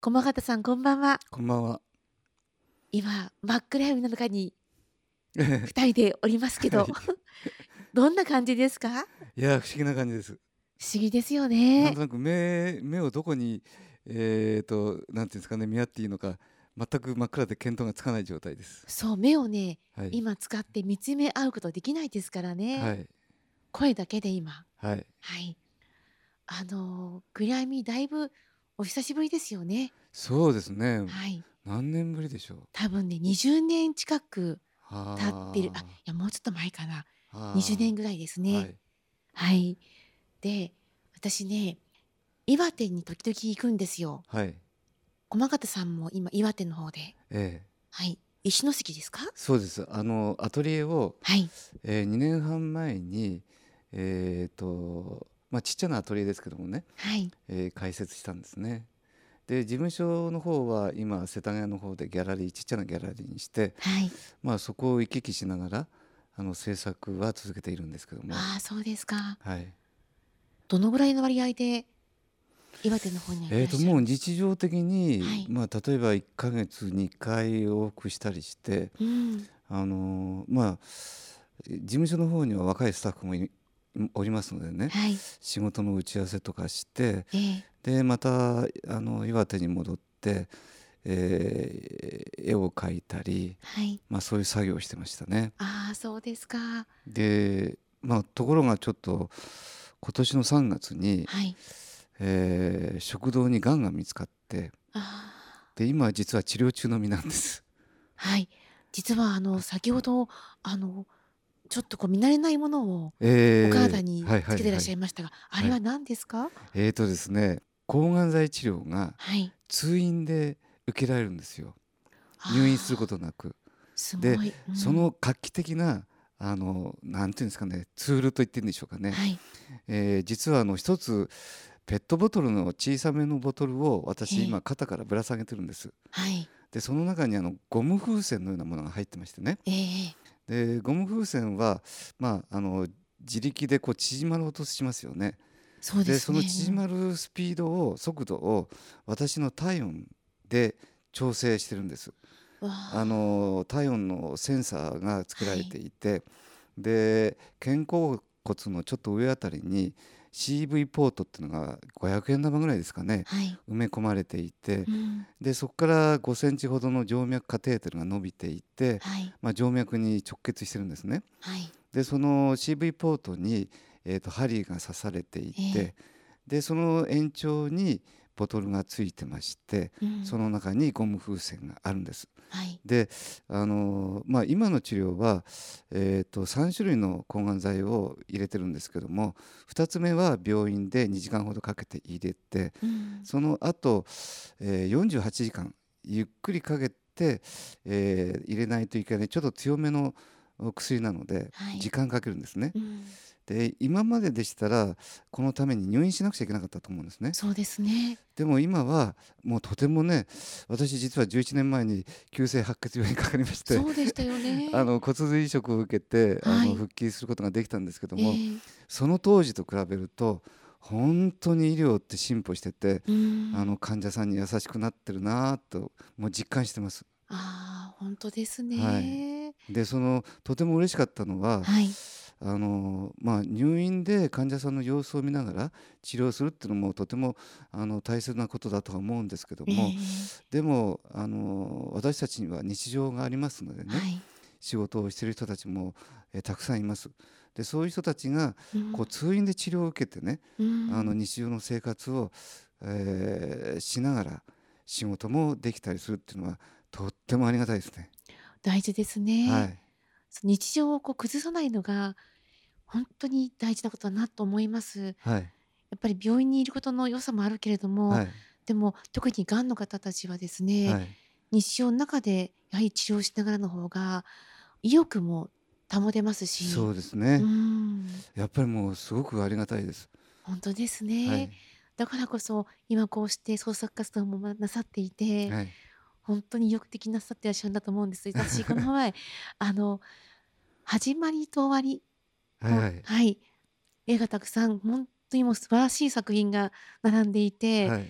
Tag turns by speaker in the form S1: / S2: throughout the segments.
S1: 駒形さんこんばんは
S2: こんばんは。
S1: 今真っ暗闇の中に二人でおりますけど、
S2: はい
S1: どんな感じですか
S2: いや不思議な感じです。
S1: 不思議ですよ
S2: なん
S1: ね
S2: となく目目をどこにえっ、となんていうんですかね見合っていいのか全く真っ暗で見当がつかない状態です。
S1: そう目をね
S2: はい。
S1: 今使って見つめ合うことできないですからね、
S2: はい
S1: 声だけで今
S2: はい。
S1: はいあのー暗闇だいぶお久しぶりですよね、
S2: そうですね。
S1: はい
S2: 何年ぶりでしょう。
S1: 多分ね20年近く
S2: は
S1: 経ってるあいやもうちょっと前かな20年ぐらいです
S2: ら
S1: ね、はい。で、私ね、岩手に時々行くんですよ。
S2: はい。はい。
S1: 駒形さんも今岩手の方で、
S2: ええ
S1: はい、石関ですか？
S2: そうです。あのアトリエを、
S1: はい、
S2: えー、2年半前にえっ、とまあちっちゃなアトリエですけどもね。
S1: はい、
S2: えー開設したんですね。で事務所の方は今世田谷の方でギャラリーちっちゃなギャラリーにして、
S1: はい。
S2: まあ、そこを行き来しながらあの制作は続けているんですけども、
S1: ああ、そうですか。
S2: はい
S1: どのぐらいの割合で岩手の方にはいら
S2: え
S1: っ
S2: ー、と
S1: しゃ
S2: もう
S1: る？
S2: 日常的に、
S1: はい
S2: まあ、例えば1ヶ月2回往復したりして、
S1: うん、
S2: あのーまあ、事務所の方には若いスタッフもいおりますのでね
S1: はい、
S2: 仕事の打ち合わせとかして、
S1: ええ
S2: でまたあの岩手に戻って、えー絵を描いたり、
S1: はい。
S2: まあ、そういう作業をしてましたね。
S1: ああ、そうですか。
S2: で、まあ、ところがちょっと今年の3月に、
S1: はい。
S2: えー食道にがんが見つかって
S1: ああ、
S2: で今実は治療中の身なんです。
S1: はい。実はあの先ほどあのちょっとこう見慣れないものを
S2: えー
S1: お体に
S2: はいは
S1: つけてらっしゃ
S2: はい
S1: ましたが、
S2: い
S1: あれは何ですか？
S2: えーとですね抗がん剤治療が
S1: はい。。
S2: 通院で受けられるんですよ入院することとなく。
S1: す
S2: で
S1: ごい。うん
S2: その画期的なあのなんていうんですかねツールと言ってるんでしょうかね、
S1: はい。
S2: えー実はあの一つペットボトルの小さめのボトルを
S1: ええ
S2: 私今肩からぶら下げてるんです
S1: はい。
S2: でその中にあのゴム風船のようなものが入ってましてね
S1: ええ
S2: でゴム風船は、まあ、あの自力でこう縮まろうとしますよね
S1: そう
S2: で
S1: です
S2: そ
S1: ね。
S2: の縮まるスピードを速度を私の体温で調整してるんです
S1: うんわあ
S2: あの体温のセンサーが作られていて、で肩甲骨のちょっと上あたりに CV ポートっていうのが500円玉ぐらいですかね
S1: はい。
S2: 埋め込まれていて、
S1: うん。
S2: でそこから5センチほどの静脈カテーテルが伸びていて、
S1: はい。
S2: まあ、静脈に直結してるんですね。
S1: はい。
S2: でその CV ポートに、えー、と針が刺されていて、
S1: ええ
S2: でその延長にボトルがついてまして、
S1: うん。
S2: その中にゴム風船があるんです。
S1: はい。
S2: で、あのまあ、今の治療は、えー、と3種類の抗がん剤を入れてるんですけども2つ目は病院で2時間ほどかけて入れて
S1: うん。
S2: その後、えー、48時間ゆっくりかけて、えー入れないといけないちょっと強めのお薬なので
S1: はい
S2: 時間かけるんですね。
S1: うん。
S2: で今まででしたらこのために入院しなくちゃいけなかったと思うんですね。
S1: そうですね。
S2: でも今はもうとてもね私実は11年前に急性白血病にかかりまして。
S1: そうでしたよね
S2: あの骨髄移植を受けて、
S1: は
S2: あ
S1: い
S2: の復帰することができたんですけど
S1: え
S2: も、
S1: え
S2: その当時と比べると本当に医療って進歩してて、
S1: うん。
S2: あの患者さんに優しくなってるなぁともう実感してます。
S1: ああ、本当ですね。
S2: は
S1: は
S2: でそのとても嬉しかったのは、
S1: い。
S2: あのまあ、入院で患者さんの様子を見ながら治療するっていうのもとてもあの大切なことだとは思うんですけど
S1: ええ
S2: も、でもあの私たちには日常がありますのでね、
S1: はい。
S2: 仕事をしている人たちも、えーたくさんいます。でそういう人たちが
S1: うん
S2: こう通院で治療を受けてね、
S1: うん
S2: あの日常の生活を、えーしながら仕事もできたりするっていうのはとってもありがたいですね。
S1: 大事ですね。
S2: はい、
S1: 日常をこう崩さないのが本当に大事なことだなと思います。
S2: は
S1: や
S2: い、
S1: っぱり病院にいることの良さもあるけれども、
S2: はい、
S1: でも特にがんの方たちはですね、
S2: はい、
S1: 日常の中でやはり治療しながらの方が意欲も保てますし
S2: そうですね、
S1: うん
S2: やっぱりもうすごくありがたいです。
S1: 本当ですね、
S2: はい、
S1: だからこそ今こうして創作活動もなさっていて、
S2: はい、
S1: 本当に意欲的になさっていらっしゃるんだと思うん です私この前あの始まりと終わり
S2: はい、はい、
S1: はい、絵がたくさん本当にもう素晴らしい作品が並んでいて、
S2: はい、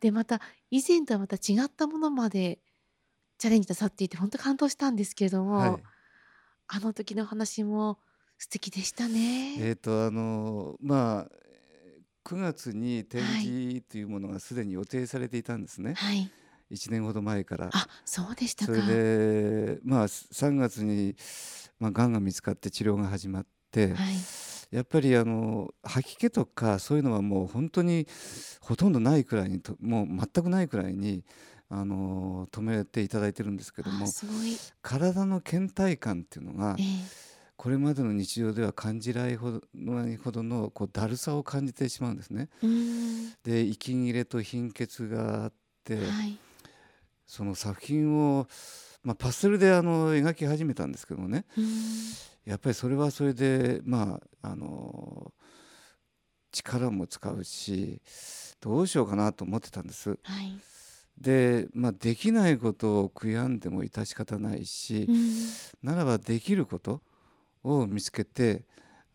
S1: でまた以前とはまた違ったものまでチャレンジなさっていて本当感動したんですけれども、
S2: はい
S1: あの時のお話も素敵でしたね。
S2: えーとあのまあ9月に展示というものがすでに予定されていたんですね、
S1: はい。
S2: 1年ほど前から。
S1: あ、そうでした
S2: そ
S1: か。
S2: れでまあ3月にまあがんが見つかって治療が始まって、
S1: はい。
S2: やっぱりあの吐き気とかそういうのはもう本当にほとんどないくらいにともう全くないくらいにあの止めていただいてるんですけど
S1: あ、
S2: も
S1: すごい。
S2: 体の倦怠感っていうのが
S1: ええ
S2: これまでの日常では感じないほどないほどのこうだるさを感じてしまうんですね。
S1: うーん。
S2: で息切れと貧血があって、
S1: はい。
S2: その作品を、まあ、パステルであの描き始めたんですけどもね
S1: うーん。
S2: やっぱりそれはそれでまああの力も使うしどうしようかなと思ってたんです。
S1: はい。
S2: で、まあ、できないことを悔やんでも致し方ないし
S1: う、ーん。
S2: ならばできることを見つけて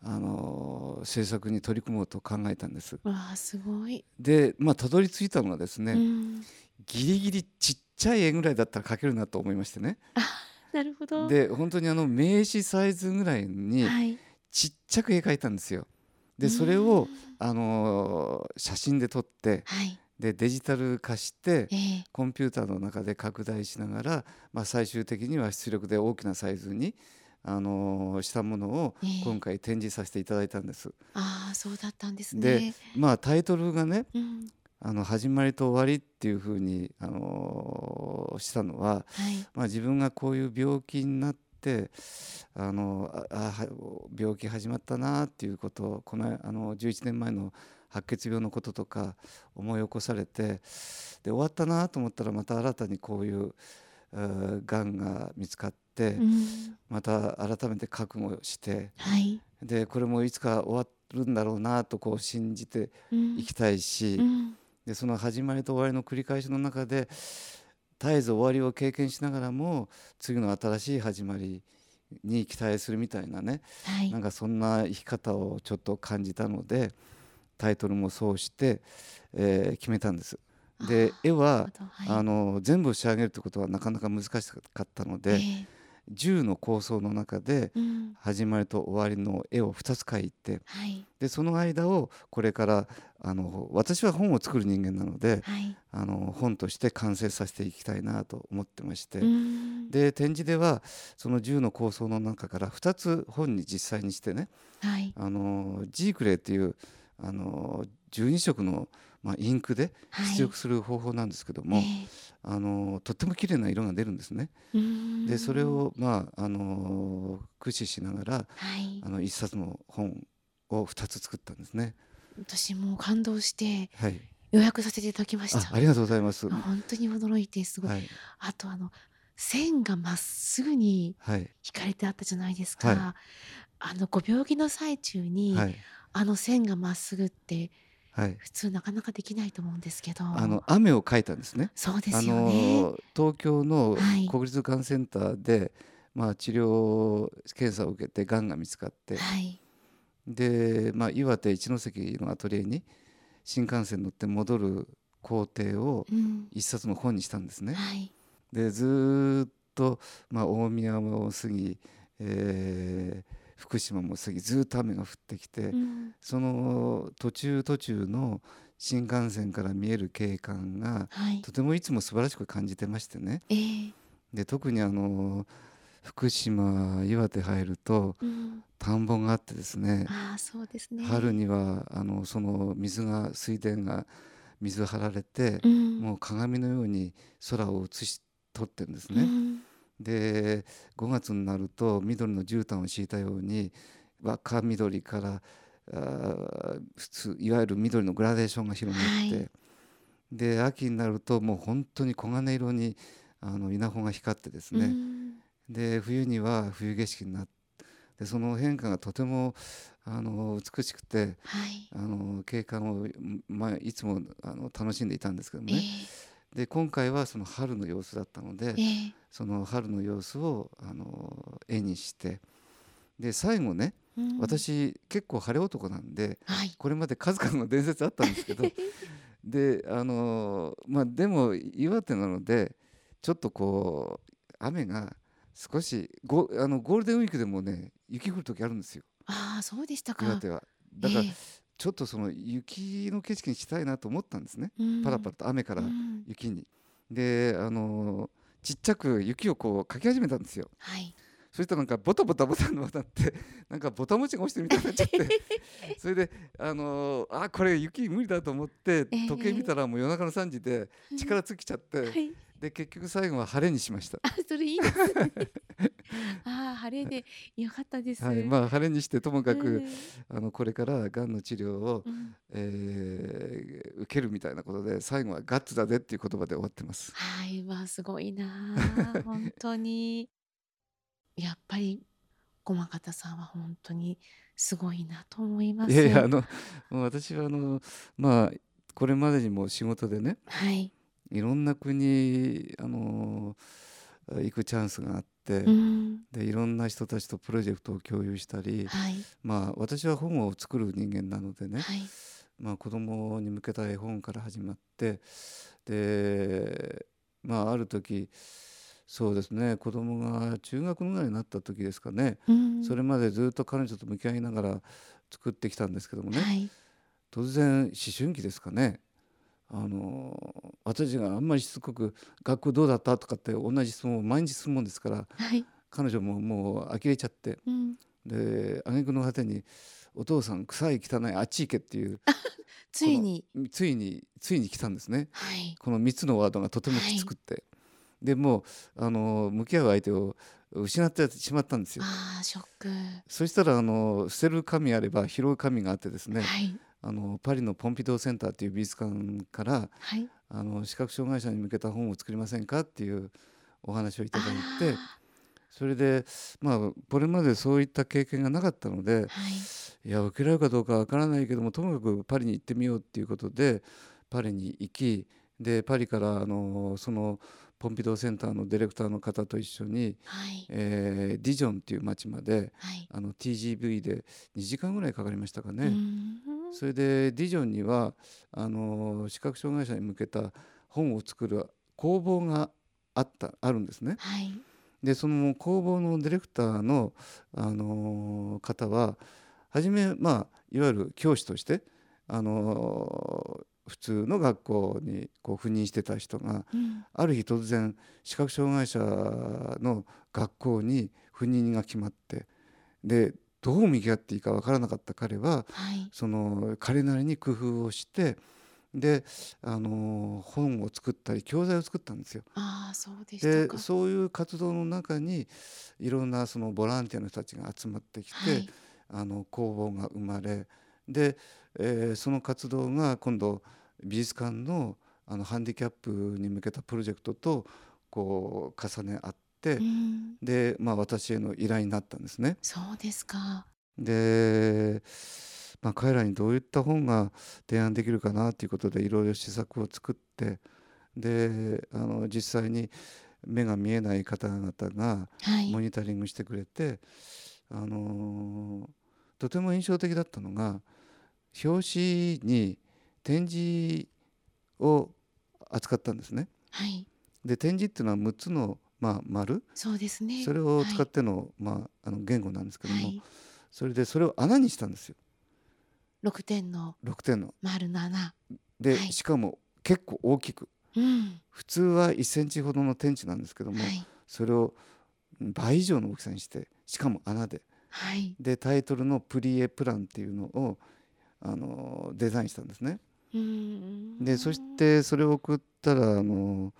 S2: あの制作に取り組もうと考えたんです。
S1: わあ、すごい。
S2: でまあたどり着いたのはですね、
S1: うーん。
S2: ギリギリちっちゃい絵ぐらいだったら描けるなと思いましてね
S1: なるほど。
S2: で本当にあの名刺サイズぐらいに
S1: はい。
S2: ちっちゃく絵描いたんですよ。
S1: うー
S2: で
S1: ん
S2: それをあの写真で撮って
S1: はい。
S2: でデジタル化して
S1: ええ
S2: コンピューターの中で拡大しながら、まあ、最終的には出力で大きなサイズに、あのーしたものを
S1: ええ
S2: 今回展示させていただいたんです。
S1: ああ、そうだったんですね。
S2: でまあタイトルがね
S1: うん。
S2: 「あの始まりと終わり」っていうふうに、あのーしたのは、
S1: はい。
S2: まあ、自分がこういう病気になって、あのああは病気始まったなっていうことこの、あの11年前の白血病のこととか思い起こされてで終わったなと思ったらまた新たにこういうがんが見つかって、
S1: うーん。
S2: また改めて覚悟して
S1: はい。
S2: でこれもいつか終わるんだろうなとこう信じて
S1: うん
S2: いきたいし、
S1: うん。
S2: でその始まりと終わりの繰り返しの中で絶えず終わりを経験しながらも次の新しい始まりに期待するみたいなね
S1: はい。
S2: なんかそんな生き方をちょっと感じたのでタイトルもそうして、えー決めたんです。で絵
S1: な
S2: は
S1: るほどはい
S2: あの全部仕上げるってことはなかなか難しかったので
S1: ええ
S2: 10の構想の中で
S1: うん。
S2: 始まりと終わりの絵を2つ描いて
S1: はい。
S2: でその間をこれからあの私は本を作る人間なので
S1: はい。
S2: あの本として完成させていきたいなと思ってまして、
S1: うーん。
S2: で展示ではその10の構想の中から2つ本に実際にしてね
S1: はい。
S2: あのジークレイっていうあの12色の、まあ、インクで
S1: はい
S2: 出力する方法なんですけども、
S1: ええ
S2: あのとっても綺麗な色が出るんですね。
S1: うーん
S2: でそれ。を、まあ、あの駆使しながら
S1: はい
S2: あ。の1冊の本を2つ作ったんですね。
S1: 私もう感動して
S2: はい、
S1: 予約させていただきまし
S2: あ
S1: た。
S2: ありがとうございます。は
S1: 本当に驚いてすごい。
S2: い、
S1: あとあの線がまっすぐに
S2: はい、
S1: 引かれてあったじゃないですか。
S2: は
S1: あのご病気の最中に、
S2: はい、
S1: あの線がまっすぐって
S2: はい。
S1: 普通なかなかできないと思うんですけど。
S2: あの雨を描いたんですね。
S1: そうで
S2: あ
S1: すよね。
S2: の東京の
S1: はい
S2: 国立がんセンターで、まあ、治療検査を受けてがんが見つかって
S1: はい。
S2: で、まあ、岩手一関のアトリエに新幹線乗って戻る工程を
S1: うん。
S2: 一冊の本にしたんですね。
S1: はい。
S2: でずーっと、まあ、大宮を過ぎ、えー福島も過ぎずーっと雨が降ってきて、
S1: うん
S2: その途中途中の新幹線から見える景観が
S1: はい。
S2: とてもいつも素晴らしく感じてましてね
S1: ええ
S2: で特にあの福島岩手入ると
S1: うん。
S2: 田んぼがあってですね
S1: ああ、そうですね。
S2: 春にはあのその水が水田が水張られて
S1: う、ん。
S2: もう鏡のように空を映し撮ってるんです
S1: う
S2: ね。
S1: ん
S2: で5月になると緑の絨毯を敷いたように若緑からあー普通いわゆる緑のグラデーションが広がって、
S1: はい
S2: で秋になるともう本当に黄金色にあの稲穂が光ってです
S1: う
S2: ね、
S1: ん
S2: で冬には冬景色になってでその変化がとてもあの美しくて
S1: はい。
S2: あの景観を、まあ、いつもあの楽しんでいたんですけども
S1: ええ
S2: ね、で今回はその春の様子だったので。
S1: ええ
S2: その春の様子をあの絵にしてで最後ね、
S1: うん
S2: 私結構晴れ男なんで
S1: はい。
S2: これまで数々の伝説あったんですけどであのまあでも岩手なのでちょっとこう雨が少しゴあのゴールデンウィークでもね雪降る時あるんですよ
S1: ああそうでしたか。
S2: 岩手は。だから
S1: ええ
S2: ちょっとその雪の景色にしたいなと思ったんですね
S1: うん
S2: パラパラと雨から
S1: うん
S2: 雪に。であのちっちゃく雪をこうかき始めたんですよ。
S1: はい。
S2: そしたらなんかボタボタボタの渡って なんかボタン持ちが落ちてるみたいになっちゃっ てそれであのーあこれ雪無理だと思って
S1: ええ
S2: 時計見たらもう夜中の3時で力尽きちゃって、
S1: はい。
S2: で結局最後は晴れにしました、
S1: あそれいいですね。 ああ晴れでよかったです。
S2: はいまあ、晴れにしてともか
S1: う
S2: く、
S1: ん
S2: あのこれからがんの治療を、
S1: うん
S2: えー受けるみたいなことで最後はガッツだぜっていう言葉で終わってます。
S1: はい、わあすごいなあ本当にやっぱり駒形さんは本当にすごいなと思います。
S2: いやいやあのもう私はあのまあこれまでにも仕事でね
S1: はい、
S2: いろんな国、あのー行くチャンスがあって、
S1: うん、
S2: でいろんな人たちとプロジェクトを共有したり、
S1: はい、
S2: まあ、私は本を作る人間なのでね、
S1: はい、
S2: まあ、子供に向けた絵本から始まってで、まあ、ある時そうですね子供が中学ぐらいになった時ですかね、
S1: うん、
S2: それまでずっと彼女と向き合いながら作ってきたんですけどもね、
S1: はい、
S2: 突然思春期ですかねあの私があんまりしつこく「学校どうだった?」とかって同じ質問を毎日するもんですから
S1: はい、
S2: 彼女ももう呆れちゃって
S1: うん、
S2: で挙句の果てに「お父さん臭い汚いあっち行け」っていう
S1: ついに、
S2: ついについに来たんですね
S1: はい、
S2: この3つのワードがとてもきつくって、でもうあの向き合う相手を失ってしまったんですよ
S1: ああショック、
S2: そしたらあの捨てる神あれば拾う神があってですね
S1: はい、
S2: あのパリのポンピドーセンターっていう美術館から
S1: はい、
S2: あの視覚障害者に向けた本を作りませんかっていうお話をいただい
S1: あ
S2: て
S1: ら
S2: それでまあこれまでそういった経験がなかったの
S1: は
S2: で、
S1: い、
S2: いや受けられるかどうかわからないけどもともかくパリに行ってみようっていうことでパリに行きでパリからあのそのポンピドーセンターのディレクターの方と一緒に、
S1: はい、
S2: えーディジョンっていう町まで
S1: はい、
S2: あの TGV で2時間ぐらいかかりましたかね。
S1: うん
S2: それでディジョンにはあの視覚障害者に向けた本を作る工房があったあるんですね。
S1: はい、
S2: でその工房のディレクターの、あのー方は初め、まあ、いわゆる教師として、あのー普通の学校にこう赴任してた人が
S1: うん、
S2: ある日突然視覚障害者の学校に赴任が決まってでどう向き合っていいか分からなかった彼は
S1: はい、
S2: その彼なりに工夫をしてで、あのー本を作ったり教材を作ったんですよ。
S1: ああそうでした
S2: で
S1: か、
S2: そういう活動の中にいろんなそのボランティアの人たちが集まってきて、
S1: はい、
S2: あの工房が生まれで、えーその活動が今度美術館のあのハンディキャップに向けたプロジェクトとこう重ね合って、
S1: うん、
S2: で、まあ、私への依頼になったんですね。
S1: そうですか、
S2: で、まあ、彼らにどういった本が提案できるかなということでいろいろ試作を作ってであの実際に目が見えない方々が
S1: はい
S2: モ、ニタリングしてくれて、あのーとても印象的だったのが表紙に展示を扱ったんですね。
S1: はい、
S2: で展示っていうのは6つの、まあ、丸
S1: そうですね、
S2: それを使
S1: は
S2: っ
S1: い
S2: ての,、まあ、あの言語なんですけども、
S1: はい、
S2: それでそれを穴にしたんですよ
S1: 六点の
S2: 6点の。
S1: 丸七。
S2: で、
S1: はい
S2: しかも結構大きく
S1: うん。
S2: 普通は1センチほどの天地なんですけども、
S1: はい。
S2: それをうん倍以上の大きさにしてしかも穴で
S1: はい。
S2: でタイトルの「プリエプラン」っていうのをあのデザインしたんですね。
S1: うん。
S2: でそし。てそれを送ったらあの、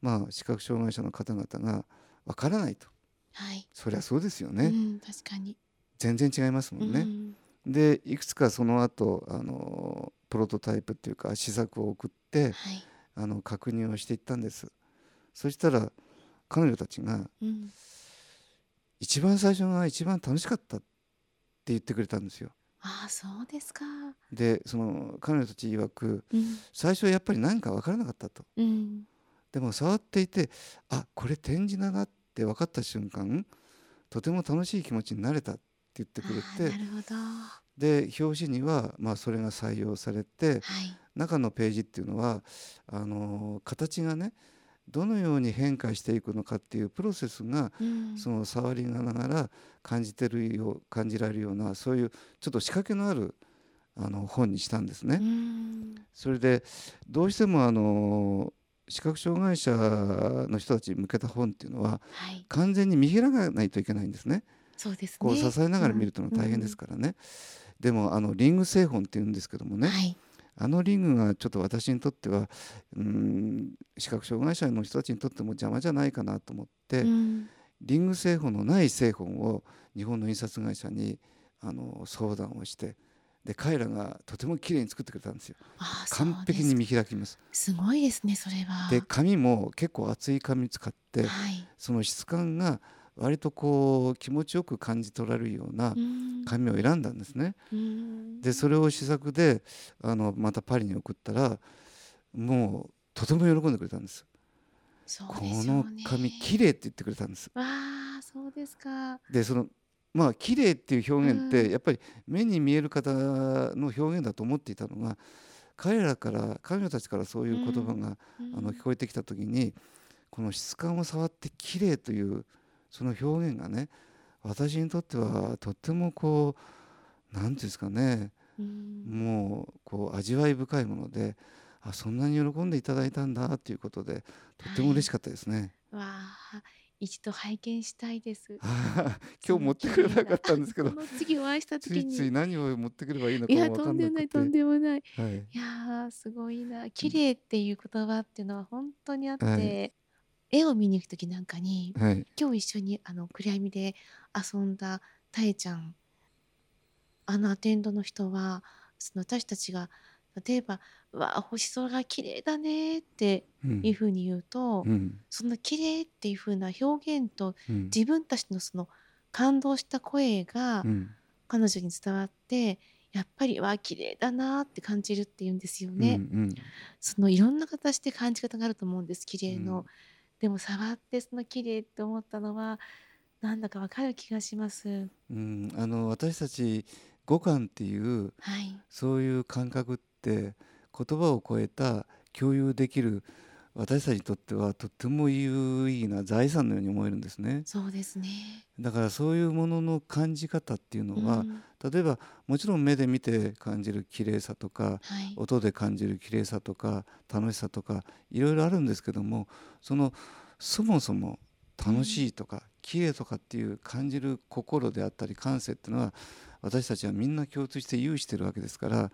S2: まあ、視覚障害者の方々が「わからない」と
S1: はい。
S2: 「そりゃそうですよね、
S1: うん、確かに。
S2: 全然違いますも
S1: うん
S2: ね」
S1: ん。
S2: でいくつかその後あのプロトタイプっていうか試作を送って
S1: はい。
S2: あの確認をしていったんですそしたら彼女たちが
S1: うん。
S2: 一番最初が一番楽しかったって言ってくれたんですよ
S1: ああ、そうですか。
S2: でその彼女たち曰く
S1: うん。
S2: 最初はやっぱり何か分からなかったと
S1: うん。
S2: でも触っていてあこれ展示だなって分かった瞬間とても楽しい気持ちになれたって言ってく
S1: ああな
S2: れ
S1: るほど。は
S2: てで表紙にはまあそれが採用されて
S1: い。
S2: 中のページっていうのはあの形がねどのように変化していくのかっていうプロセスが
S1: うん
S2: その触りながら感じてるよう感じられるようなそういうちょっと仕掛けのあるあの本にしたんですね。
S1: うん
S2: それでどうしてもあの視覚障害者の人たちに向けた本っていうのは
S1: はい、
S2: 完全に見開かないといけないんですね。
S1: そうですね。
S2: こう支えながら見るというのは大変ですからね。でもあのリング製本っていうんですけどもね、
S1: はい、
S2: あのリングがちょっと私にとってはうん視覚障害者の人たちにとっても邪魔じゃないかなと思って、
S1: うん
S2: リング製本のない製本を日本の印刷会社にあの相談をしてで彼らがとても綺麗に作ってくれたんですよ。
S1: あー
S2: 完璧に
S1: そうで
S2: 見開きます。
S1: すすごいですねそれは。
S2: で紙も結構厚い紙使って
S1: はい、
S2: その質感が割とこう気持ちよく感じ取られるような
S1: うん
S2: 紙を選んだんですね。
S1: うん
S2: でそれを試作であのまたパリに送ったらもうとても喜んでくれたんです。
S1: そう
S2: こ
S1: でしょ
S2: の
S1: うね
S2: 紙綺麗って言ってくれたんです。
S1: わあそうですか。
S2: でそのまあ綺麗っていう表現っ
S1: う
S2: て
S1: ん
S2: やっぱり目に見える方の表現だと思っていたのが彼らから彼女たちからそういう言葉があの聞こえてきた時にこの質感を触って綺麗というその表現がね私にとってはとってもこう何ていうんですかね
S1: うん
S2: もうこう味わい深いものであそんなに喜んでいただいたんだということでとっても嬉しかったですね。
S1: うん、わあ一度拝見したいです。
S2: 今日持ってくれなかったんですけど
S1: その次お会いした
S2: つ
S1: 時
S2: い
S1: に。
S2: つい何を持ってくればいいのか
S1: い
S2: も
S1: や
S2: 分
S1: と
S2: か
S1: ん
S2: ん
S1: で
S2: な
S1: もない
S2: くて
S1: とんでもない。
S2: はい
S1: いやーすごいな綺麗っていう言葉っていうのは本当にあって、
S2: は
S1: 絵を見に行く時なんかに
S2: はい
S1: 今日一緒にあの暗闇で遊んだたえちゃんあのアテンドの人はその私たちが例えば「うわあ星空が綺麗だね」って
S2: うん
S1: いうふうに言うと、
S2: うん
S1: その綺麗っていうふうな表現と
S2: うん
S1: 自分たちのその感動した声が
S2: うん
S1: 彼女に伝わって、やっぱりわあ綺麗だなって感じるっていうんですよね。
S2: うんうん
S1: そのいろんな形で感じ方があると思うんです綺麗の、
S2: うん
S1: でも触ってその綺麗って思ったのはなんだかわかる気がします
S2: うん、あの私たち五感っていう
S1: はい
S2: そういう感覚って言葉を超えた共有できる私たちにとってはとっても有意義な財産のように思えるんですね
S1: そうですね
S2: だからそういうものの感じ方っていうの
S1: う
S2: は、
S1: ん
S2: 例えばもちろん目で見て感じる綺麗さとか
S1: はい
S2: 音で感じる綺麗さとか楽しさとかいろいろあるんですけどもそのそもそも楽しいとか綺麗とかっていう感じる心であったり感性っていうのは私たちはみんな共通して有してるわけですから
S1: はい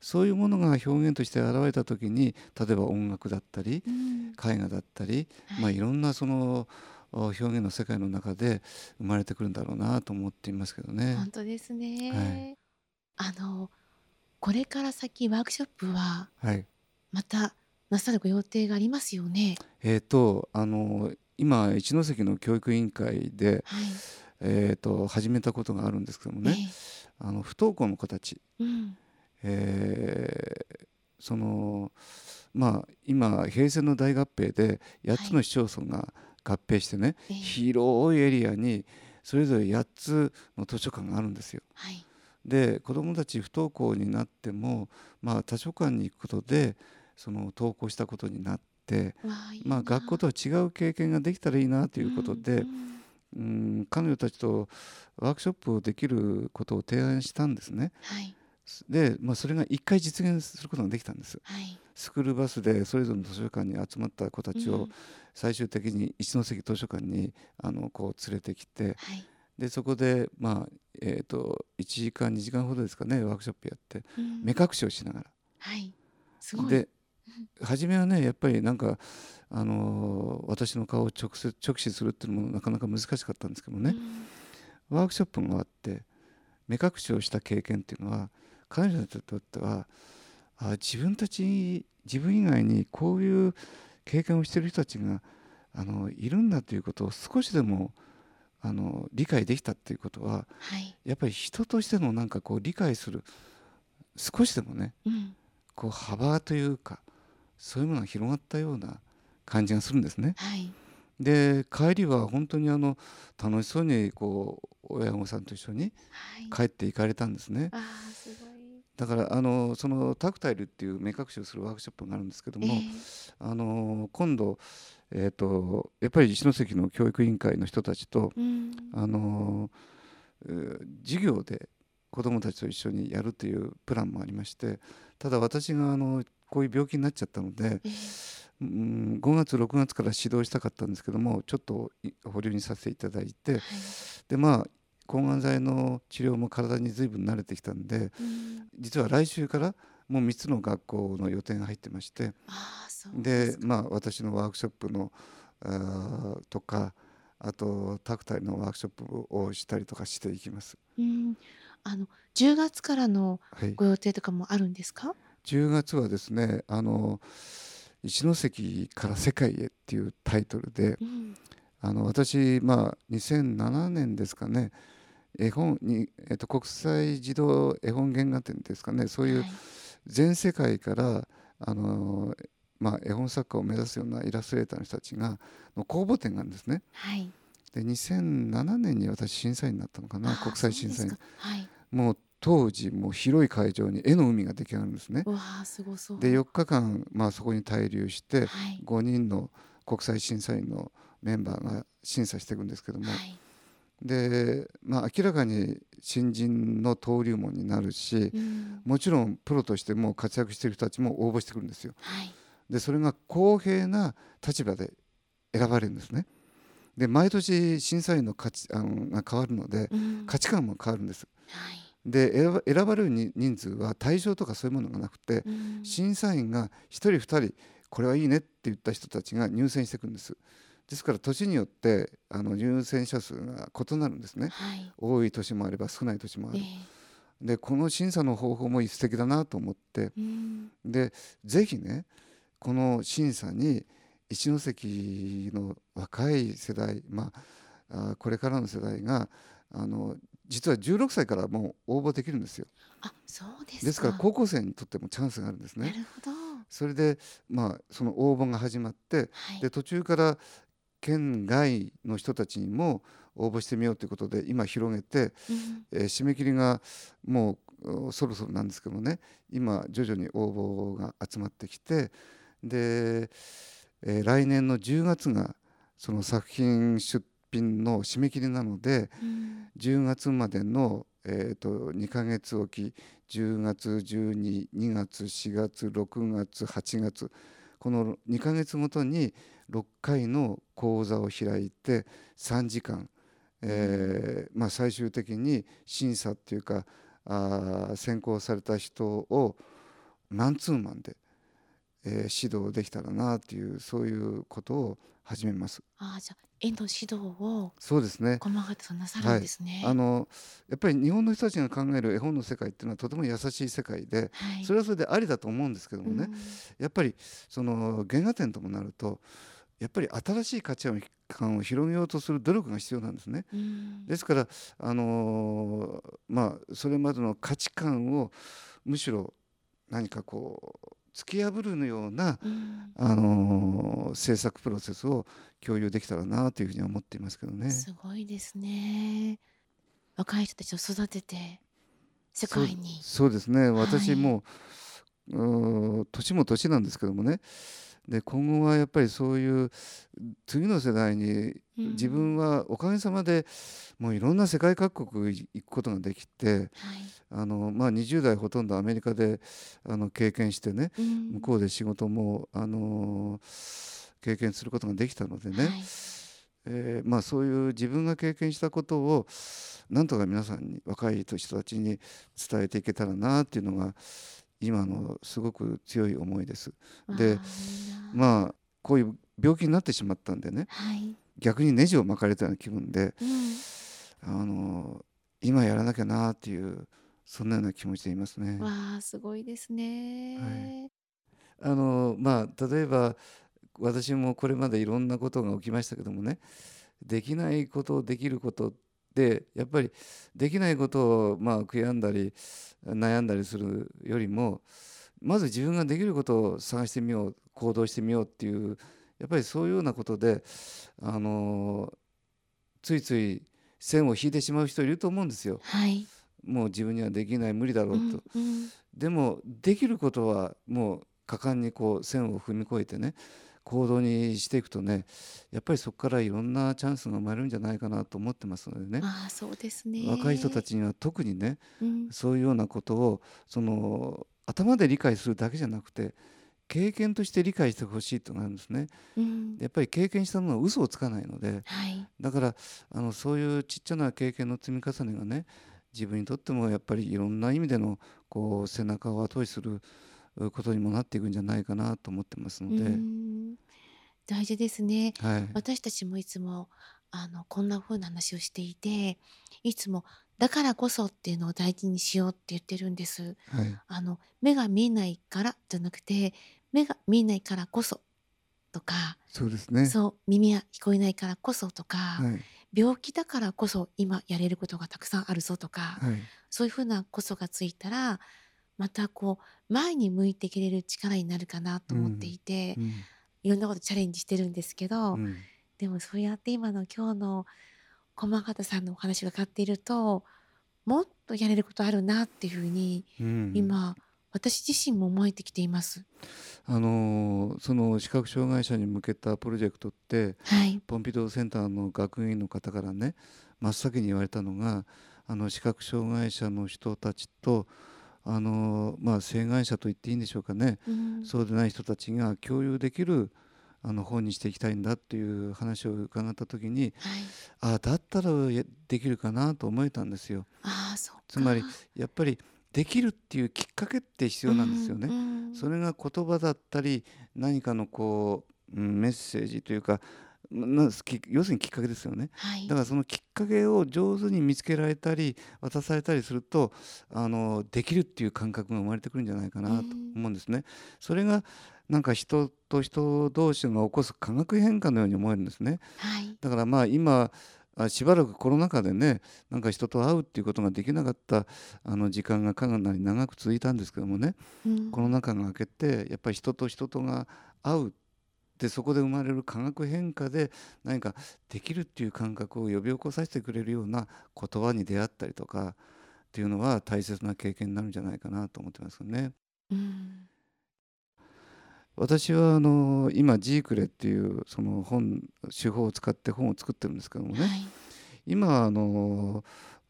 S2: そういうものが表現として現れた時に例えば音楽だったり
S1: うん
S2: 絵画だったり、ま
S1: は
S2: あ、
S1: い
S2: いろんなそのお表現の世界の中で生まれてくるんだろうなと思っていますけどね。
S1: 本当ですね、あのこれから先ワークショップは
S2: はい、
S1: またなさるご予定がありますよね
S2: えー、とあの今一関の教育委員会で、
S1: はい、
S2: えー、と始めたことがあるんですけどもね、あの不登校の子たち、
S1: ええうん
S2: えーそのまあ今平成の大合併で8つの市町村が合併してね、
S1: ええ
S2: 広いエリアにそれぞれ8つの図書館があるんですよ。
S1: はい
S2: で子どもたち不登校になっても、まあ、図書館に行くことでその登校したことになって、
S1: わあいい
S2: まあ、
S1: な
S2: 学校とは違う経験ができたらいいなということで。
S1: うんうん
S2: うん彼女たちとワークショップをできることを提案したんですね。
S1: はい
S2: で、まあ、それが一回実現することができたんです。
S1: はい
S2: スクールバスでそれぞれの図書館に集まった子たち
S1: うん
S2: を最終的に一関図書館にあのこう連れてきて
S1: はい
S2: でそこで、まあえー、と1時間2時間ほどですかねワークショップやって
S1: うん
S2: 目隠しをしながら。
S1: はいすごい
S2: で初めはねやっぱりなんか、あのー私の顔を直接直視するっていうのもなかなか難しかったんですけどね、
S1: うん
S2: ワークショップが終わって目隠しをした経験っていうのは彼女にとってはあ自分たち自分以外にこういう経験をしている人たちがあのいるんだということを少しでもあの理解できたっていうことは
S1: はい、
S2: やっぱり人としてのなんかこう理解する少しでもね
S1: うん、
S2: こう幅というかそういうものが広がったような感じがするんですね。
S1: はい、
S2: で帰りは本当にあの楽しそうにこう親御さんと一緒に
S1: はい。
S2: 帰って行かれたんですね。
S1: ああ、すごい。
S2: だからあのそのタクタイルっていう目隠しをするワークショップがあるんですけど
S1: え
S2: も、
S1: え
S2: あの今度、えー、とやっぱり一関の教育委員会の人たちと
S1: うん
S2: あの、えー授業で子どもたちと一緒にやるというプランもありましてただ私があのこういう病気になっちゃったので、
S1: ええ
S2: うん、5月6月から指導したかったんですけどもちょっとい保留にさせていただいて
S1: はい
S2: でまあ抗がん剤の治療も体に随分慣れてきたんで
S1: うん
S2: 実は来週からもう3つの学校の予定が入ってまして
S1: ああそう
S2: です
S1: か
S2: まあ私のワークショップのあーとかあとタクタイルのワークショップをしたりとかしていきます。
S1: うんあの10月からの
S2: はい、
S1: ご予定とかもあるんですか
S2: 10月はですねあの一関から世界へっていうタイトルで
S1: うん
S2: あの私、まあ、2007年ですかね絵本に、えっと、国際児童絵本原画展ですかねそういう
S1: はい
S2: 全世界からあの、まあ、絵本作家を目指すようなイラストレーターの人たちがの公募展があるんですね。
S1: はい
S2: で2007年に私審査員になったのかな
S1: ああ
S2: 国際審査
S1: そ
S2: 員
S1: うですかはい
S2: もう当時もう広い会場に絵の海が出来上がるんですね
S1: うわあすごそう
S2: で4日間、まあ、そこに滞留して
S1: はい
S2: 5人の国際審査員のメンバーが審査していくんですけども、
S1: はい
S2: で、まあ、明らかに新人の登竜門になるし、
S1: うん
S2: もちろんプロとしてもう活躍している人たちも応募してくるんですよ。
S1: はい
S2: でそれが公平な立場で選ばれるんですね。で毎年審査員の価値あのが変わるので
S1: うん
S2: 価値観も変わるんです。
S1: はい
S2: で選ば選ばれる人人数は対象とかそういうものがなくて
S1: うん
S2: 審査員が1人2人これはいいねって言った人たちが入選してくるんです。ですから年によってあの入選者数が異なるんですね。
S1: はい
S2: 多い年もあれば少ない年もあ
S1: え
S2: る、
S1: え
S2: でこの審査の方法も一石だなと思って
S1: うん
S2: でぜひねこの審査に一関の若い世代まああーこれからの世代があの実は16歳からもう応募できるんですよ
S1: あそうですか
S2: ですから高校生にとってもチャンスがあるんです
S1: な
S2: ね
S1: るほどは
S2: それでまあその応募が始まって
S1: い
S2: で途中から県外の人たちにも応募してみようということで今広げて
S1: うん
S2: えー締め切りがもうおそろそろなんですけどもね今徐々に応募が集まってきてで、えー来年の10月がその作品出品の締め切りなので
S1: うん
S2: 10月までの、えー、と2ヶ月おき10月122月4月6月8月この2ヶ月ごとに6回の講座を開いて3時間、えーまあ、最終的に審査っていうかあー選考された人をマンツーマンで、えー指導できたらなっていうそういうことを始めます。
S1: あじゃあ絵の指導を
S2: そうですね
S1: 細かくなさるんですね。
S2: あのやっぱり日本の人たちが考える絵本の世界っていうのはとても優しい世界で
S1: はい、
S2: それはそれでありだと思うんですけどもね、
S1: うん
S2: やっぱりその原画展ともなるとやっぱり新しい価値観を広げようとする努力が必要なんですね。
S1: うん
S2: ですから、あのーまあ、それまでの価値観をむしろ何かこう突き破るような、
S1: うん
S2: あのー制作プロセスを共有できたらなというふうには思っていますけどね。
S1: すごいですね。若い人たちを育てて世界に。
S2: そうそうですね
S1: はい
S2: 私もう、うー年も年なんですけどもねで今後はやっぱりそういう次の世代に
S1: うん
S2: 自分はおかげさまでもういろんな世界各国い行くことができて
S1: はい
S2: あの、まあ、20代ほとんどアメリカであの経験してね
S1: うん
S2: 向こうで仕事も、あのー経験することができたのでね、
S1: はい
S2: えーまあ、そういう自分が経験したことをなんとか皆さんに若い人たちに伝えていけたらなっていうのが今のすごく強い思いです。
S1: わあい
S2: で
S1: いな
S2: まあこういう病気になってしまったんでね
S1: はい
S2: 逆にネジを巻かれたような気分で、
S1: うん
S2: あの今やらなきゃなっていうそんなような気持ちでいますね。
S1: わあすごいですね。
S2: はあのまあ例えば私もこれまでいろんなことが起きましたけどもねできないことできることでやっぱりできないことをまあ悔やんだり悩んだりするよりもまず自分ができることを探してみよう行動してみようっていうやっぱりそういうようなことであのついつい線を引いてしまう人いると思うんですよ。
S1: はい
S2: もう自分にはできない無理だろうと、
S1: うんうん
S2: でもできることはもう果敢にこう線を踏み越えてね行動にしていくとねやっぱりそこからいろんなチャンスが生まれるんじゃないかなと思ってますのでね
S1: ああそうですね。
S2: 若い人たちには特にね
S1: うん、
S2: そういうようなことをその頭で理解するだけじゃなくて経験として理解してほしいとなるんですね。
S1: うん、
S2: やっぱり経験したものは嘘をつかないので
S1: はい、
S2: だからあのそういうちっちゃな経験の積み重ねがね自分にとってもやっぱりいろんな意味でのこう背中を後押しするうことにもなっていくんじゃないかなと思ってますので、
S1: うん大事ですね。
S2: はい、
S1: 私たちもいつもあのこんな風な話をしていていつも「だからこそ」っていうのを大事にしようって言ってるんです。
S2: はい、
S1: あの目が見えないからじゃなくて目が見えないからこそとか、
S2: そうですね。
S1: そう耳が聞こえないからこそとか、
S2: はい、
S1: 病気だからこそ今やれることがたくさんあるぞとか、
S2: はい、
S1: そういう風なこそがついたらまたこう前に向いていけれる力になるかなと思っていて、
S2: うん
S1: いろんなことチャレンジしてるんですけど。
S2: うん
S1: でもそうやって今の今日の駒形さんのお話を伺っているともっとやれることあるなっていうふうに
S2: うん
S1: 今、私自身も思えてきています。
S2: あのーその視覚障害者に向けたプロジェクトって
S1: はい、
S2: ポンピドーセンターの学院の方からね真っ先に言われたのがあの視覚障害者の人たちとあの、まあ、障害者と言っていいんでしょうかね、
S1: うん
S2: そうでない人たちが共有できるあの本にしていきたいんだっていう話を伺った時に
S1: はい、
S2: ああだったらやできるかなと思えたんですよ。
S1: ああそうか
S2: つまりやっぱりできるっていうきっかけって必要なんですよね。
S1: うんうん
S2: それが言葉だったり何かのこう、うんメッセージというかなき要するにきっかけですよね。
S1: はい
S2: だからそのきっかけを上手に見つけられたり渡されたりするとあのできるっていう感覚が生まれてくるんじゃないかな
S1: う
S2: と
S1: ん
S2: 思うんですね。それがなんか人と人同士が起こす化学変化のように思えるんですね。
S1: はい
S2: だからまあ今あしばらくコロナ禍でねなんか人と会うっていうことができなかったあの時間がかなり長く続いたんですけどもね
S1: うん
S2: コロナ禍が明けてやっぱり人と人とが会うでそこで生まれる化学変化で何かできるっていう感覚を呼び起こさせてくれるような言葉に出会ったりとかっていうのは大切な経験になるんじゃないかなと思ってますよね。
S1: うん
S2: 私はあの今ジークレっていうその本手法を使って本を作ってるんですけどもね、
S1: はい
S2: 今あの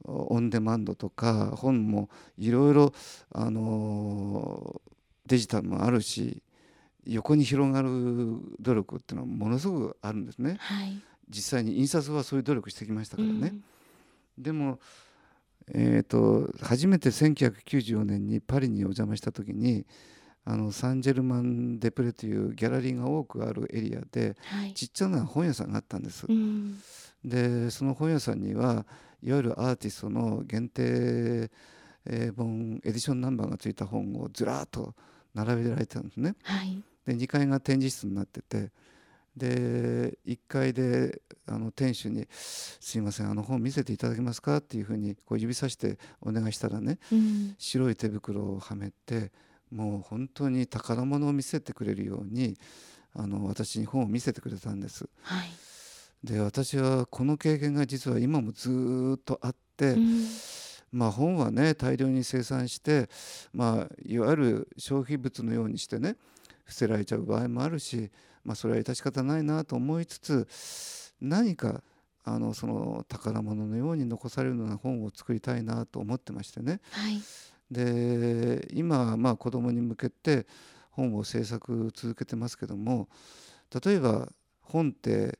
S2: オンデマンドとか本もいろいろあのデジタルもあるし横に広がる努力っていうのはものすごくあるんですね
S1: はい
S2: 実際に印刷はそういう努力してきました
S1: う
S2: からね、
S1: ん
S2: でも、えー、と初めて1994年にパリにお邪魔した時にあのサンジェルマン・デプレというギャラリーが多くあるエリアで
S1: はい
S2: ちっちゃな本屋さんがあったんです
S1: う。ん
S2: でその本屋さんにはいわゆるアーティストの限定えー本エディションナンバーがついた本をずらーっと並べられてたんですね。
S1: はい
S2: で2階が展示室になっててで1階であの店主に「すいませんあの本見せていただけますか?」っていうふうにこう指さしてお願いしたらね
S1: うん
S2: 白い手袋をはめてもう本当に宝物を見せてくれるようにあの私に本を見せてくれたんです。
S1: はい
S2: で私はこの経験が実は今もずーっとあって、
S1: うん
S2: まあ本はね大量に生産して、まあ、いわゆる消費物のようにしてね捨てられちゃう場合もあるし、まあ、それは致し方ないなと思いつつ何かあのその宝物のように残されるような本を作りたいなと思ってましてね
S1: はい
S2: で今まあ子供に向けて本を制作続けてますけども例えば本って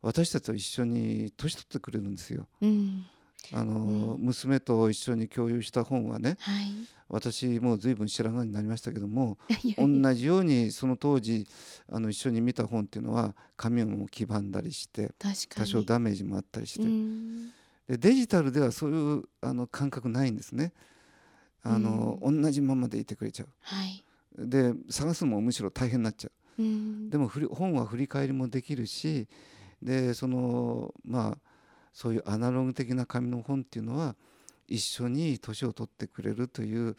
S2: 私たちと一緒に年取ってくれるんですよ。
S1: うん
S2: あの
S1: うん
S2: 娘と一緒に共有した本はね
S1: はい
S2: 私もう随分白髪になりましたけ ども
S1: いやいや
S2: 同じようにその当時あの一緒に見た本っていうのは紙をもう黄ばんだりして
S1: 確か
S2: 多
S1: に
S2: 少ダメージもあったりして、
S1: うん
S2: でデジタルではそういうあの感覚ないんですね。あの同じままでいてくれちゃう
S1: はい
S2: で探すのもむしろ大変になっちゃう
S1: うん
S2: でも振り本は振り返りもできるしでそのまあそういうアナログ的な紙の本っていうのは一緒に年を取ってくれるという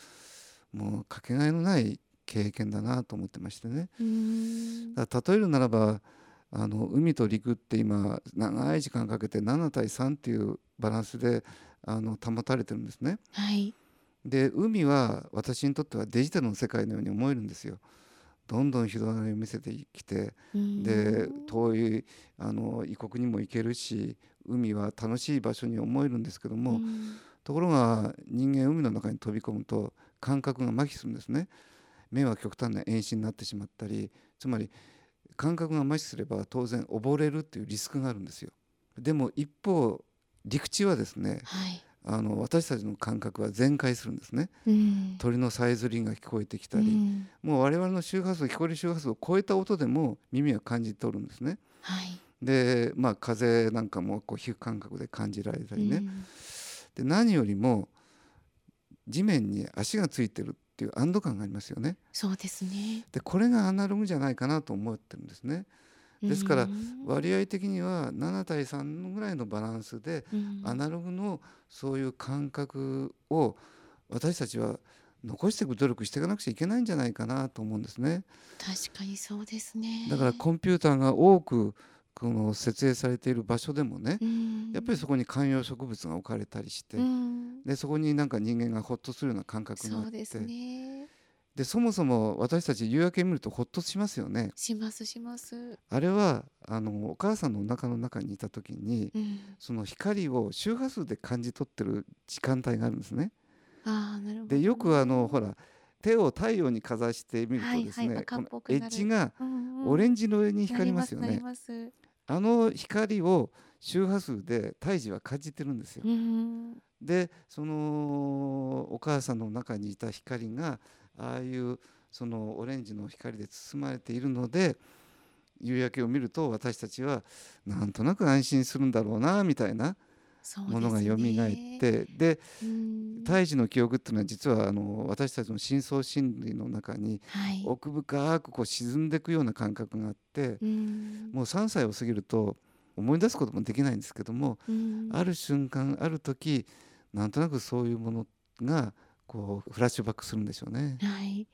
S2: もうかけがえのない経験だなと思ってましてね
S1: うーん
S2: だから例えるならばあの海と陸って今長い時間かけて7対3っていうバランスであの保たれてるんですね。
S1: はい。
S2: で海は私にとってはデジタルの世界のように思えるんですよ。どんどん広がりを見せてきて
S1: うん
S2: で遠いあの異国にも行けるし海は楽しい場所に思えるんですけども、
S1: ん
S2: ところが人間海の中に飛び込むと感覚が麻痺するんですね目は極端な遠視になってしまったりつまり感覚が麻痺すれば当然溺れるっていうリスクがあるんですよでも一方陸地はですね
S1: はい。
S2: あの私たちの感覚は全開するんですね
S1: うん
S2: 鳥のさえずりが聞こえてきた
S1: う
S2: り、
S1: ん
S2: もう我々の周波数聞こえる周波数を超えた音でも耳は感じ取るんですね
S1: はい。
S2: でまあ風なんかもこう皮膚感覚で感じられたりね、
S1: うん
S2: で何よりも地面に足がついてるっていう安堵感がありますよね
S1: そうですね。
S2: でこれがアナログじゃないかなと思ってるんですねですから
S1: うん
S2: 割合的には7対3ぐらいのバランスで
S1: うん
S2: アナログのそういう感覚を私たちは残していく努力していかなくちゃいけないんじゃないかなと思うんですね
S1: 確かにそうですね。
S2: だからコンピューターが多くこの設営されている場所でもね
S1: うん
S2: やっぱりそこに観葉植物が置かれたりして
S1: うん
S2: でそこになんか人間がほっとするような感覚があ
S1: そ
S2: っ
S1: う
S2: て
S1: ですね。
S2: でそもそも私たち夕焼け見るとほっとしますよね
S1: しますします。
S2: あれはあのお母さんのお腹の中にいた時に
S1: うん
S2: その光を周波数で感じ取ってる時間帯があるんですね
S1: ああなるほど。
S2: でよくあのほら手を太陽にかざしてみるとですね、
S1: はいはい赤っぽ
S2: こ
S1: く
S2: のエ
S1: なる
S2: ッジが
S1: うんうん
S2: オレンジの上に光りますよ
S1: な
S2: ね
S1: りますなります
S2: あの光を周波数で胎児は感じてるんですよ
S1: うん
S2: でそのお母さんの中にいた光がああいうそのオレンジの光で包まれているので夕焼けを見ると私たちはなんとなく安心するんだろうなみたいな
S1: そう
S2: ものが
S1: です
S2: 蘇っ
S1: ね、
S2: てで
S1: うん
S2: 胎児の記憶っていうのは実はあの私たちの深層心理の中に
S1: はい。
S2: 奥深くこう沈んでいくような感覚があって
S1: うん
S2: もう3歳を過ぎると思い出すこともできないんですけども
S1: うん
S2: ある瞬間ある時なんとなくそういうものがこうフラッシュバックするんでしょうね。
S1: はい。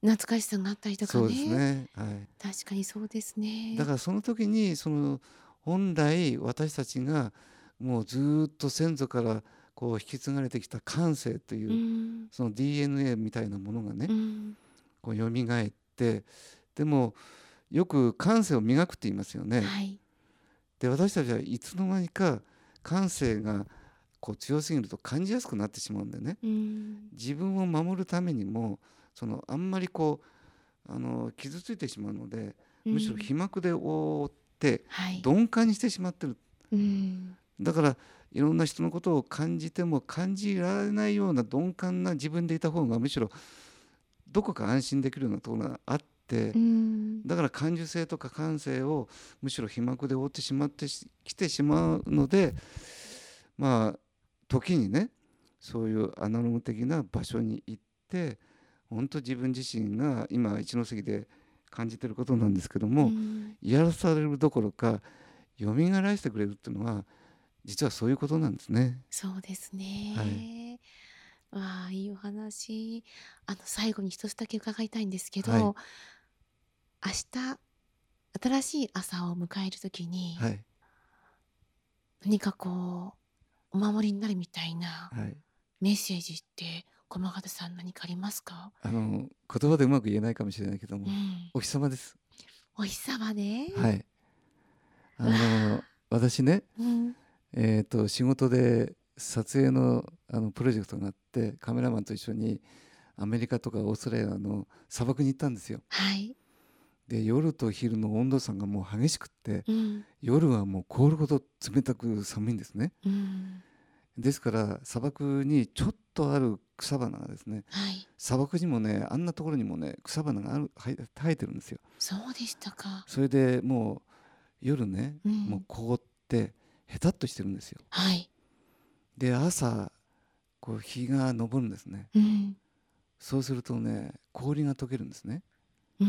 S1: 懐かしさがあったりとかね。
S2: そうですね、は
S1: 確かにそうです
S2: い、
S1: ね。
S2: だからその時にその本来私たちがもうずーっと先祖からこう引き継がれてきた感性という、
S1: うん
S2: その DNA みたいなものがね、
S1: うん
S2: こう蘇ってでもよく感性を磨くって言いますよね。
S1: はい。
S2: で私たちはいつの間にか感性がこう強すぎると感じやすくなってしまうんでね。
S1: うん
S2: 自分を守るためにもそのあんまりこうあの傷ついてしまうのでむしろ
S1: うん
S2: 被膜で覆って
S1: はい。
S2: 鈍感にしてしまってる
S1: うん
S2: だからいろんな人のことを感じても感じられないような鈍感な自分でいた方がむしろどこか安心できるようなところがあって
S1: うん
S2: だから感受性とか感性をむしろ被膜で覆ってしまってしきてしまうのでまあ時にねそういうアナログ的な場所に行って本当自分自身が今一ノ関で感じてることなんですけど
S1: う
S2: も、
S1: ん
S2: やらされるどころか蘇らせてくれるっていうのは実はそういうことなんですね。
S1: そうですね。わあいいお話。あの最後に一つだけ伺いたいんですけど、
S2: はい
S1: 明日新しい朝を迎えるときに、
S2: はい、
S1: 何かこうお守りになるみたいな
S2: はい、
S1: メッセージって駒形さん何かありますか？
S2: あの言葉でうまく言えないかもしれないけども
S1: うん。
S2: お日様です。
S1: お日様ね。
S2: はい。あ
S1: わ
S2: の私ね
S1: うん。
S2: えー、と仕事で撮影のあのプロジェクトがあってカメラマンと一緒にアメリカとかオーストラリアの砂漠に行ったんですよ。
S1: はい。
S2: で夜と昼の温度差がもう激しくって
S1: うん。
S2: 夜はもう凍るほど冷たく寒いんですね。
S1: うん。
S2: ですから砂漠にちょっとある草花がですね
S1: はい。
S2: 砂漠にもねあんなところにもね草花がある生え生えてるんですよ。
S1: そうでしたか。
S2: それでもう夜ね、
S1: うん
S2: もう凍ってへたっとしてるんですよ。
S1: はい。
S2: で朝こう日が昇るんですね。
S1: うん。
S2: そうするとね氷が溶けるんですね
S1: うん。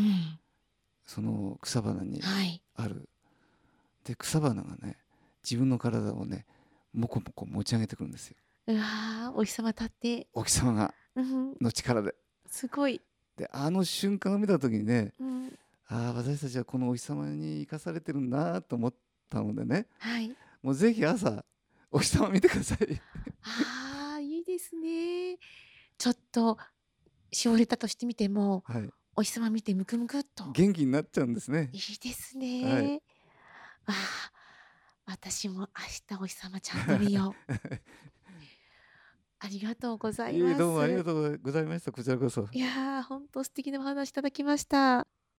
S2: その草花に
S1: はい。
S2: あるで草花がね自分の体をねもこもこ持ち上げてくるんですよ
S1: うわーお日様立って、
S2: お日様が
S1: うん、
S2: の力です
S1: ごい、
S2: であの瞬間を見た時にね
S1: うん、
S2: ああ私たちはこのお日様に生かされてるんだと思ったのでね
S1: はい、
S2: もうぜひ朝お日様見てください
S1: ああ、いいですね。ちょっと、しおれたとしてみても、
S2: はい
S1: お日様見てムクムクっと。
S2: 元気になっちゃうんですね
S1: いいですね。わ
S2: はい
S1: あ私も明日お日様ちゃんと見よ う。ありがとうござい
S2: い
S1: ま
S2: え
S1: す。
S2: どうもありがとうございましたこちらこそ
S1: いやー、本当素敵なお話いただきました。